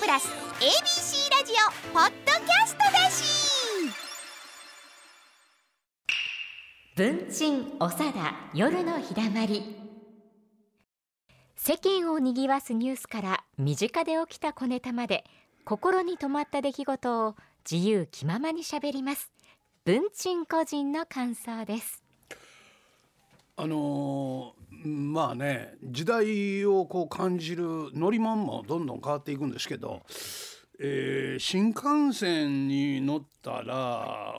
プラス ABC ラジオポッドキャストだし文鎮おさだ夜のひだまり世間をにぎわすニュースから身近で起きた小ネタまで心に留まった出来事を自由気ままにしゃべります文鎮個人の感想ですあのーまあね時代をこう感じる乗り物もどんどん変わっていくんですけど、えー新幹線に乗ったら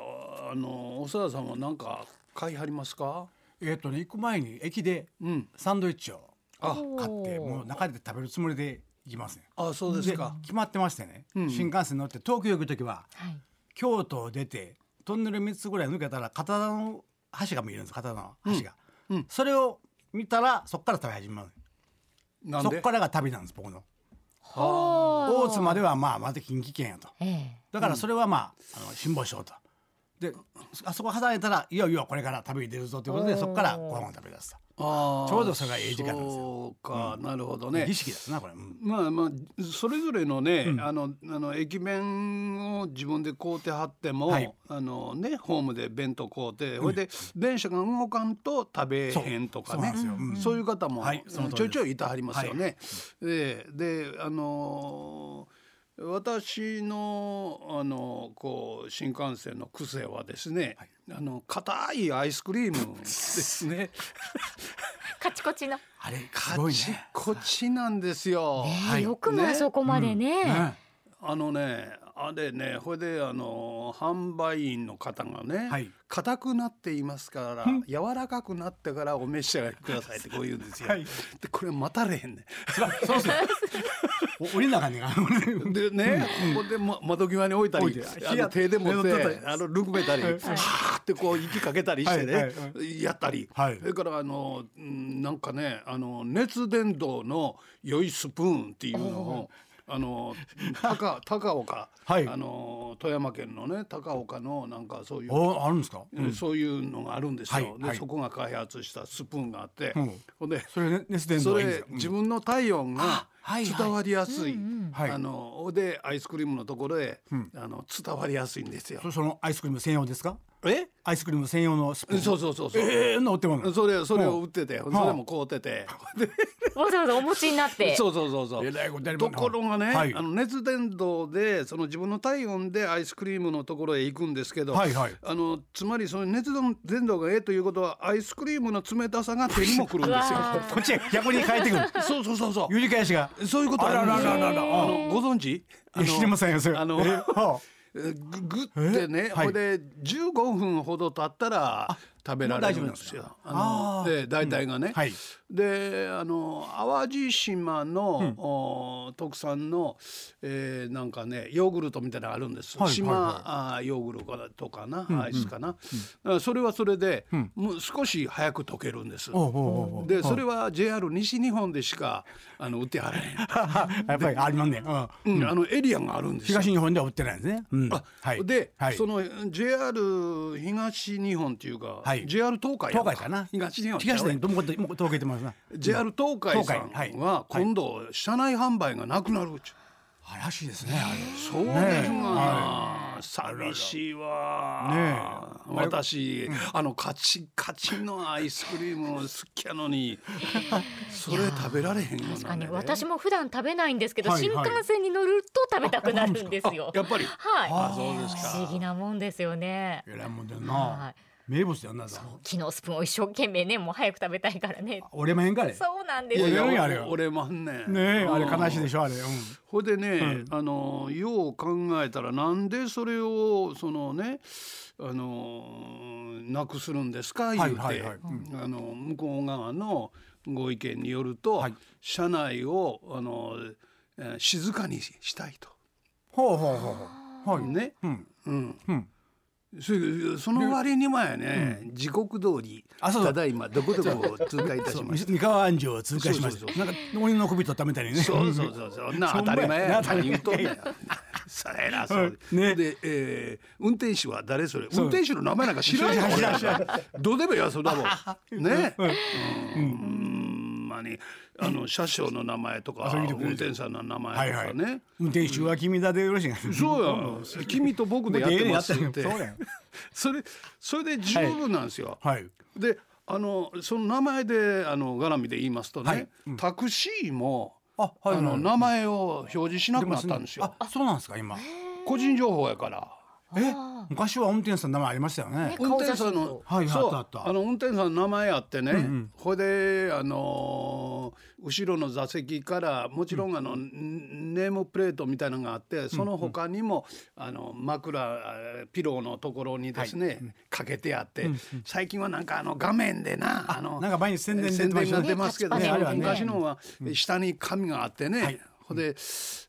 あの長田さんは何か買いはりますかえっ、とね行く前に駅でうんサンドイッチをあ買ってもう中で食べるつもりで行きますね。あそうですか決まってましてね、うん新幹線乗って東京行く時ははい京都を出てトンネル3つぐらい抜けたら片田の橋が見えるんです片田のう橋が、んうんそれを見たらそこから食べ始めますなんそでこからが旅なんです僕のは大津まではまあまず近畿圏やとええだからそれはまあ,、あの辛抱しようとであそこ離れたらいよいよこれから旅に出るぞということでそこからご飯を食べ出すあーちょうどそれがええ時間なんですよそうか、なるほどと、ね儀式ですなこれ、うんまあまあそれぞれのね、あのあの駅弁を自分で買うてはっても、はいあのねホームで弁当買うてほいで電車が動かんと食べへんとかねそうそうなんですようんそういう方も、はいそのち通ょりいですちょいいたはりますよね。でであのー私のあのこう新幹線の癖はですね、あの硬いアイスクリームですね。カチコチの、 あれカすごいチねコチなんですよ。ええはいよくまあねそこまでね,、ねあのねあれねほいであの販売員の方がね、はい硬くなっていますから柔らかくなってからお召し上がりくださいってこう言うんですよ。はいでこれ待たれへんねそうそうお降 りなあかんねんからん。でね、ここで、ま、窓際に置いた置いりてあ火のや手で持って手で取ったりあのルクめたり、はーってこう息かけたりしてね、はいはいやったり、はいそれからあのうんなんかねあの熱伝導の良いスプーンっていうのを。あの 高高岡、はいあの富山県のね高岡のなんかそういうおあるんですか、そういうのがあるんですよ、はいではいそこが開発したスプーンがあって、うんほんでそれね熱伝そ導がいいんですれか自分の体温があはいはい伝わりやすい、はいあのほんでアイスクリームのところへ、あの伝わりやすいんですよ。そそのアイスクリーム専用ですかえアイスクリーム専用のスプーンそうそうそうそう、ええー、のお手物それそれを売ってて、んそれも買うてて、でわざわざお持ちになって そうそうそうそうえらいことやりまとんなころがね、はいあの熱伝導でその自分の体温でアイスクリームのところへ行くんですけど、はいはいあのつまりその熱伝導がええということはアイスクリームの冷たさが手にもくるんですよ。わこっちへ逆に帰ってくる そうそうそうそゆり返しがう。そういうことあるんですよ。あらららららあのご存知？あいやの知りませんよそれあのえはぐぐってね、えはいこれで15分ほど経ったら食べられるんですよ。ああので大体がね、はいであの淡路島の、お特産の、えーなんかねヨーグルトみたいなのあるんです、はいはい島、はいあーヨーグルトかな、アイスかな、だからそれはそれで、もう少し早く溶けるんです。おうおうおうおうでそれは JR 西日本でしかあの売ってはらへやっぱりありまんねん、うん、ん、うん、あのエリアがあるんですよ東日本では売ってないですね、うん、はいで、はい、その JR 東日本っていうか、はい JR 東海や東海かな東日本東日本どこどこどこ行ってますな JR 東海さ東海んははい今度車内販売がなくなるっちゅあらしいですねあれうそうですが寂しいわねえ私あのカチカチのアイスクリーム好きやの にそれ食べられへんよう確かなんにでね私も普段食べないんですけど、はいはい新幹線に乗ると食べたくなるんですよやっぱりはいあそうですか不思議なもんですよねえらいもんだよはな名物だよなさ昨日スプーンを一生懸命ねもう早く食べたいからね折れまへんかねそうなんですいよやいやるんやあれは俺もあんねんねえあれ悲しいでしょあれうんほいでね、あのよう考えたらなんでそれをそのねあのなくするんですか言うて、はいはいはいあの向こう側のご意見によると、はい車内をあの、えー静かにしたいと。ほうほうほうほうはいね、うんうんうんそその割にはね、時刻通りあそうそうただいまどこどこを通過いたしました。三河安城を通過しましたそうそうなんか鬼の首取ったみたいにねそうそうそう そう、なそ当んたまやり前やな何言うとんねん。 それなそう。 ねで、えー運転手は誰それ。運う転手の名前なんか知らないよ。知らん 俺らどうでもいいやそんなもん。ね。うんまにあの車掌の名前とか遊びに来る運転手さんの名は前いとはかいね。運転手は君だでよろしいな。そうや君と僕でやってますってそうだよ。それそれで十分なんですよ。はい。であのその名前であの絡みで言いますとね、はいタクシーもああはいはいの名前を表示しなくなったんですよ。あ、そうなんですか今。個人情報やから。え、昔は運転手さんの名前ありましたよね。運転手さんの、はいはいそうあったあったの運転手さんの名前あってね、んうんこれであのー後ろの座席からもちろんあの、んネームプレートみたいなのがあってその他にも、あの枕あピローのところにですね、かけてあって、最近はなんかあの画面でなあのなんか前に宣伝出て宣ま伝したがよね出ますけどねねあれはね昔のは下に紙があってね、はいほんで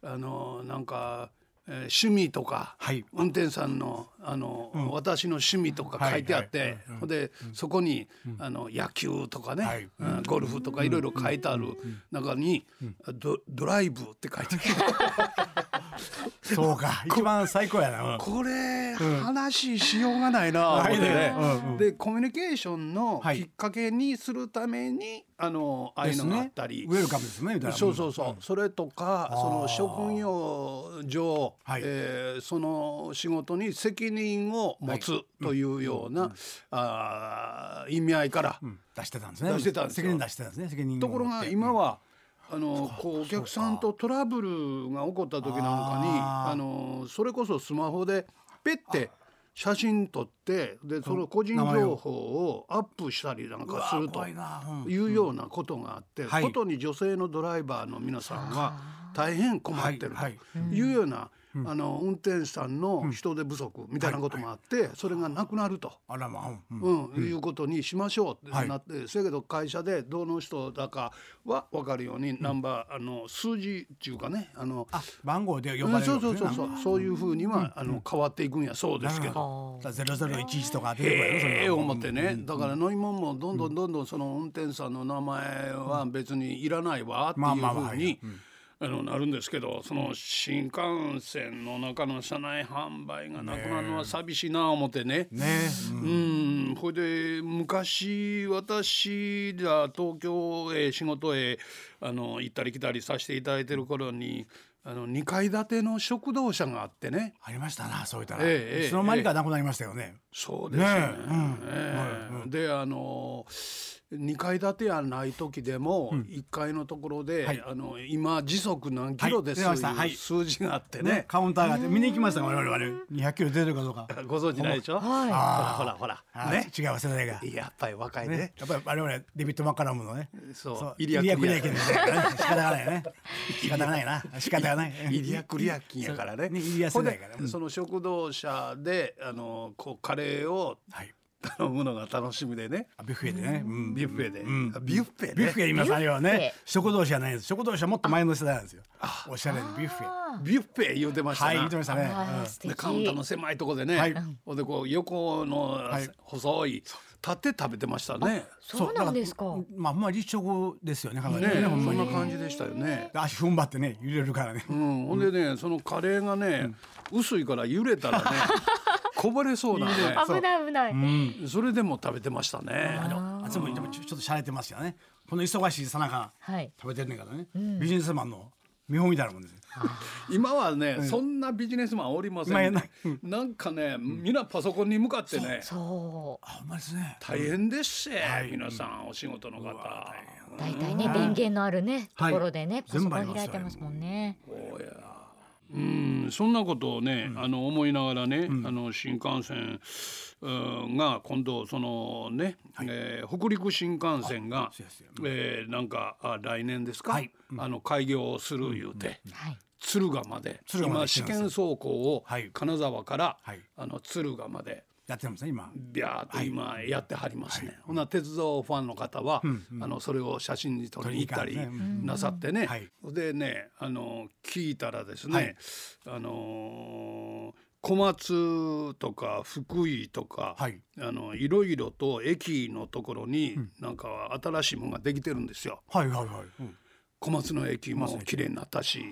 あのなんか、えー趣味とか、はい運転手さんのあの、私の趣味とか書いてあって、はいはいほんで、そこに、あの野球とかね、はいうんゴルフとかいろいろ書いてある中に、ドドライブって書いてある。そうか。一番最高やな。うんこれ、話しようがないな思ってね、うんうんでコミュニケーションのはきいっかけにするために、あのああいうのがあったり、ですねウェルカムですねみたいな。そうそうそう、それとかあーその職業上、はいえーその仕事に責任を持つというような、あー意味合いから、うん。出してたんですね。出してたんですよ責任出してたんですね。責任をところ持っがて今は、あのこうお客さんとトラブルが起こった時なんかにああーのそれこそスマホでペッて写真撮ってでその個人名前を情報をアップしたりなんうわかすると怖いな。うんいうようなことがあって、はいことに女性のドライバーの皆さんは大変困ってるはいはいというような、あの運転手さんの人手不足みたいなこともあって、それがなくなると。あらまあ。うんうんいうことにしましょうっはていなって、そやけど会社でどの人だかは分かるように、ナンバーあの数字っていうかねあのあ、番号で呼うばんれるそんうですそね。うそうそうそういうふうには、あの変わっていくんやそうですけなるどほ。ど。ゼロゼロ一一とか出てくるやろそれええは思ってねだから飲み物もどんどんどんどんその運転手さんの名前は別にいらないわっていまあまあうまあふうにあのなるんですけどその新幹線の中の車内販売がなくなるのは寂しいな思ってね。ね。うんうん、ほいで昔私ら東京へ仕事へあの行ったり来たりさせていただいてる頃にあの2階建ての食堂車があってねありましたな、そういったら。ええええいつの間にかなくなりましたよね。そうですねね。え、うん、ええであの2階建てやない時でも1階のところで、はいあの今時速何キロですはい出ましたとはいいう数字があってね,、ね、カウンターがあって見に行きましたが我々はね200キロ出てるかどうか。ご存知ないでしょ、ほらあーほらほらあね違う世代が。やっぱり若いねね、やっぱり我々デビッド・マッカラムのね。そうイイリリアアククリアリアキキンですからね仕方がないよね。仕方がないな。仕方がない。イリアクリアキンやからねそうねイリア世代からほんでうんその食堂車であのこうカレーをはい。頼むのが楽しみでねあビュッフェでね。うんビュッフェで、ビュッフェでビュッフェ今さんはビュッフェね食堂車ないです。食堂車もっと前の世代なんですよ。おしゃれなビュッフェ。ビュッフェ言うてましたはいな、言ってましたね。あうんー素敵でカウンターの狭いとこでね、はいほんでこう横のい細い立って食べてましたね。そうなんですか。まあまあ立食ですよね。考えたねらねほんそまんにな感じでしたよね。足踏ん張ってね揺れるからね。うん、ほんでねそのカレーがね、薄いから揺れたらねこぼれそうなね危ない危ない。それでも食べてましたね。あつもでもちょちょっと洒落てますよね。この忙しいさなかはい食べてんねんからね、ビジネスマンの見本みたいなもんですよ。今はね、そんなビジネスマンおりません、今ねやないうんなんかねみんなパソコンに向かってねそあほんまですね。大変ですし、はい皆さんお仕事の方。う。大体ね、電源のあるね、とはいころでね、パソコン全部あります開いてますもんね。うん、そんなことをね、あの思いながらね、あの新幹線、うんが今度そのね、えー北陸新幹線がそうやそうや、えーなんかあ来年ですか、はいあの開業するいうて、はい。敦賀まで敦賀まで今来試てます験走行をはい金沢から、はいあの敦賀までやってるんですね今。ビャーっと今やってはりますね、ほな鉄道ファンの方は、あのそれを写真に撮りに行ったり撮りに行かれなさってね、はいでねあの聞いたらですね、はいあのー小松とか福井とか、はいあのいろいろと駅のところになんか新しいものができてるんですよ。はいはいはい。うん小松の駅も綺麗になったし、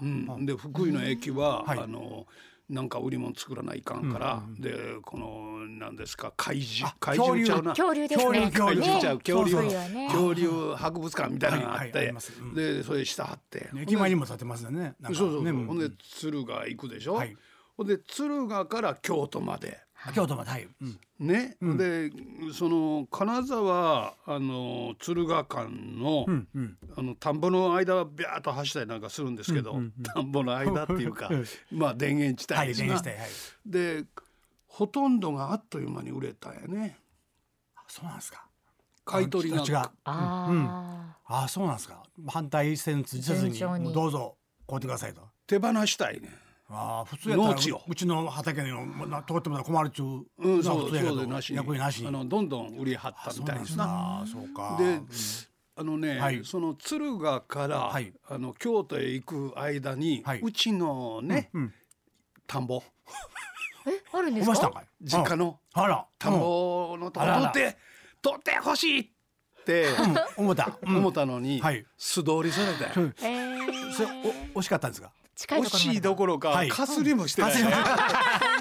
うん、で福井の駅は、あのなんか売り物作らないかんから、でこの何ですか怪獣あ怪獣ちゃうな恐竜ですね恐竜怪獣ねちゃう恐竜そうよね恐竜博物館みたいなのがあっはいはいあてりますうんでそれ下張ってね駅前にも建てますよね。なんかそうそうそねうもほんで敦賀行くでしょはいほんで敦賀から京都まで京都まではい。うんねでその金沢あの敦賀間のうんうんあの田んぼの間ビャーっと走ったりなんかするんですけど田んぼの間っていう かまあ田園地は帯でい田す園な地帯はい。でほとんどがあっという間に売れたよねあそうなんですか。買い取りが土地がああ、あそうなんですか。反対せずじず順調ににどうぞ買うてくださいと。手放したいねああ普通やったら農地をうちの畑のもな通ってもらったら困るっちゅう。うんなそう普通やけどそうでなしに役になしに。あのどんどん売り張ったみたいですなあそうか。で、あのね、はいその敦賀から、はいあの京都へ行く間に、はいうちのね、うん、田んぼえあるんでおすましたんかかい。実家のうん。あら。田んぼのとこあら取らって取ってほしいってうん。思った。うん思ったのに、はい素通りされてそうえーそれお惜しかったんですか。近い惜ところしいどこころか、はいかすりもしてない、ね、あ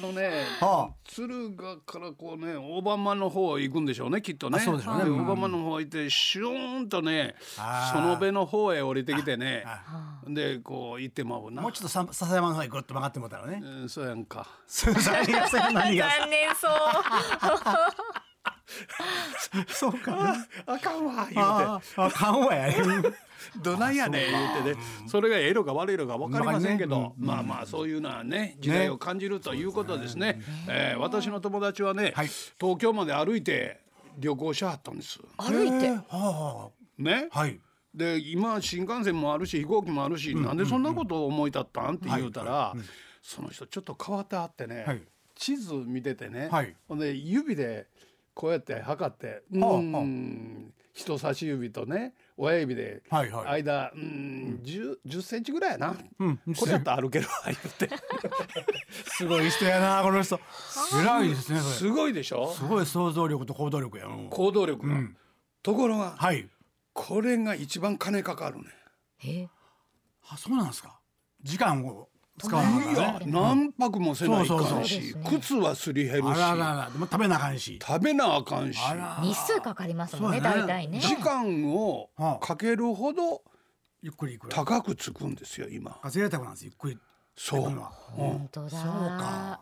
のねはあ。敦賀からこうね小浜の方行くんでしょうねきっとねあそうでしょうねうん小浜の方行ってシューンとねあー園部の方へ降りてきてねあでこう行ってまうなもうちょっとさ笹山の方にぐっと曲がってもらったらね。うんそうやんか そう何がそう何が残念そうそうか。あかんわ言うああ、あかんわやね。 てどないやねん言うてねそれがええのか悪いのか分かりませんけどまあまあそういうのはね時代を感じるということですねえー私の友達はねはい東京まで歩いて旅行しはったんです歩いへえてはあはねあ、はい。で今新幹線もあるし飛行機もあるし、なんでそんなことを思い立ったんって言うたら、その人ちょっと変わってあってね、はい地図見ててね、はいほんで指でこうやって測って、あうーん人差し指とね親指ではいはい間、うーん 10, 10センチぐらいやな、うんこれやったら歩けるわ言 ってすごい人やな、この人。偉いですね、それ。すごいでしょすごい想像力と行動力や。うん行動力が、うんところが、はい。これが一番金かかるね。えあ、そうなんですか。時間を使わなあかんいやね。何泊もせないかそうそんうそうしそうですね靴はすり減るしあららら、でも食べなあかんし。食べなあかんしあら。日数かかりますもんねそうやね大体ね時間をかけるほどゆっくり行く。高くつくんですよ今あ贅沢なんです。ゆっくり。そう行くのは本当だそうか。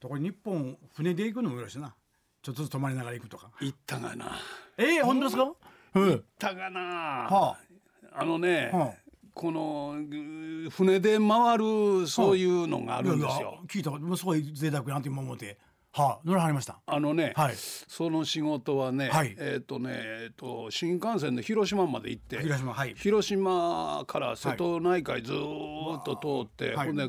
とこれ日本船で行くのもよろしいな。ちょっとずつ泊まりながら行くとか。行ったがな行っええ、本当ですか。うん。たがな、はあのね、あ。はあ。このぐ船で回るそういうのがあるんですよいやいや聞いたもうすごい贅沢やなって今思ってはい乗らはりましたあのね、はいその仕事はね、はいえっ、とね、えっと新幹線の広島まで行って広島はい広島から瀬戸内海ずーっと通って、はいほんで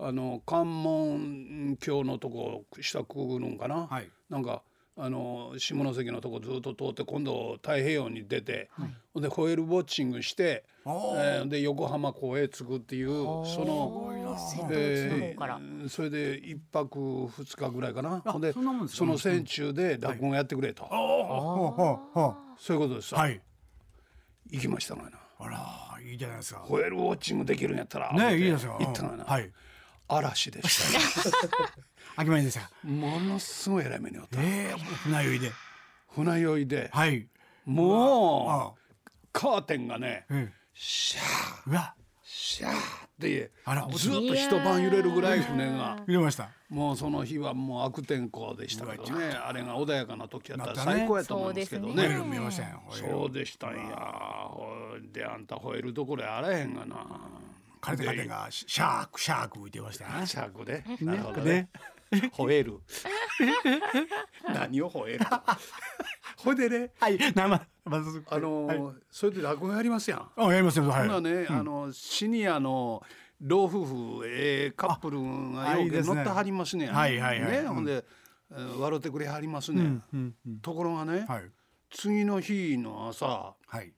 あの関門橋のとこ下くぐるんかな、はいなんかあの下関のとこずーっと通って今度太平洋に出て、ほんでホエールウォッチングして、おーえーで横浜港へ着くっていうその。瀬戸内えの方から、ーそれで一泊二日ぐらいかなあほんでそんなもんですかその船中で落語をやってくれと、ほうほうほそういうことですうわ、はい行きましたがなあらいいじゃないですかホエールウォッチングできるんやったらね思えっいていですよ行ったがな、はい嵐でした ね秋前でしたものすごい偉い目に遭ったええ船酔いで船酔いではいもあうカーテンがねええシャーうわシャーってあらずっと一晩揺れるぐらい船が入れましたもうその日はもう悪天候でしたけどねあれが穏やかな時やったら最高やと思うんですけどなったホイねねール見えましたよホイールそうでしたんやほいであんた吠えるところやあらへんがなカルテカテがシャークシャーク浮いてましたねシャークでなるほどね吠える 何を吠えるほいでねはい生まずあのはいーそれで落語やりますやんあやりますよはほいなね、あのシニアの老夫婦ええカップルがあよいいでくすね乗ってはりますねんはいはいはいね、うんほんで、えー笑ってくれはりますね、んうんうんところがね、はい次の日の朝はい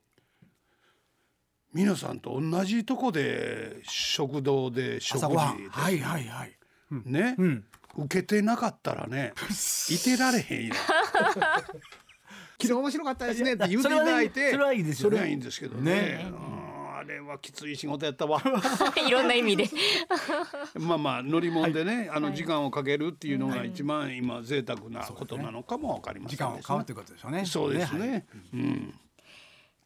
皆さんと同じとこで食堂で食朝事ごではんはいはいはいね、ん受けてなかったら ねいてられへ んよ昨日面白かったですねって言っていただいてそれはいいですよねそれはいいんですけどねねうんあれれはきつい仕事や ったわいろんな意味で。まあまあ乗り物でね、あの時間をかけるっていうのが一番今贅沢なことなのかもわかりませ時んね間を買うということでしょうね。そうですねはいうん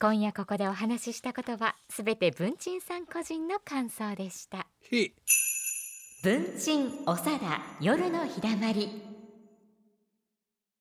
今夜ここでお話ししたことはすべて文鎮さん個人の感想でしたひ文鎮おさだ夜のひだまり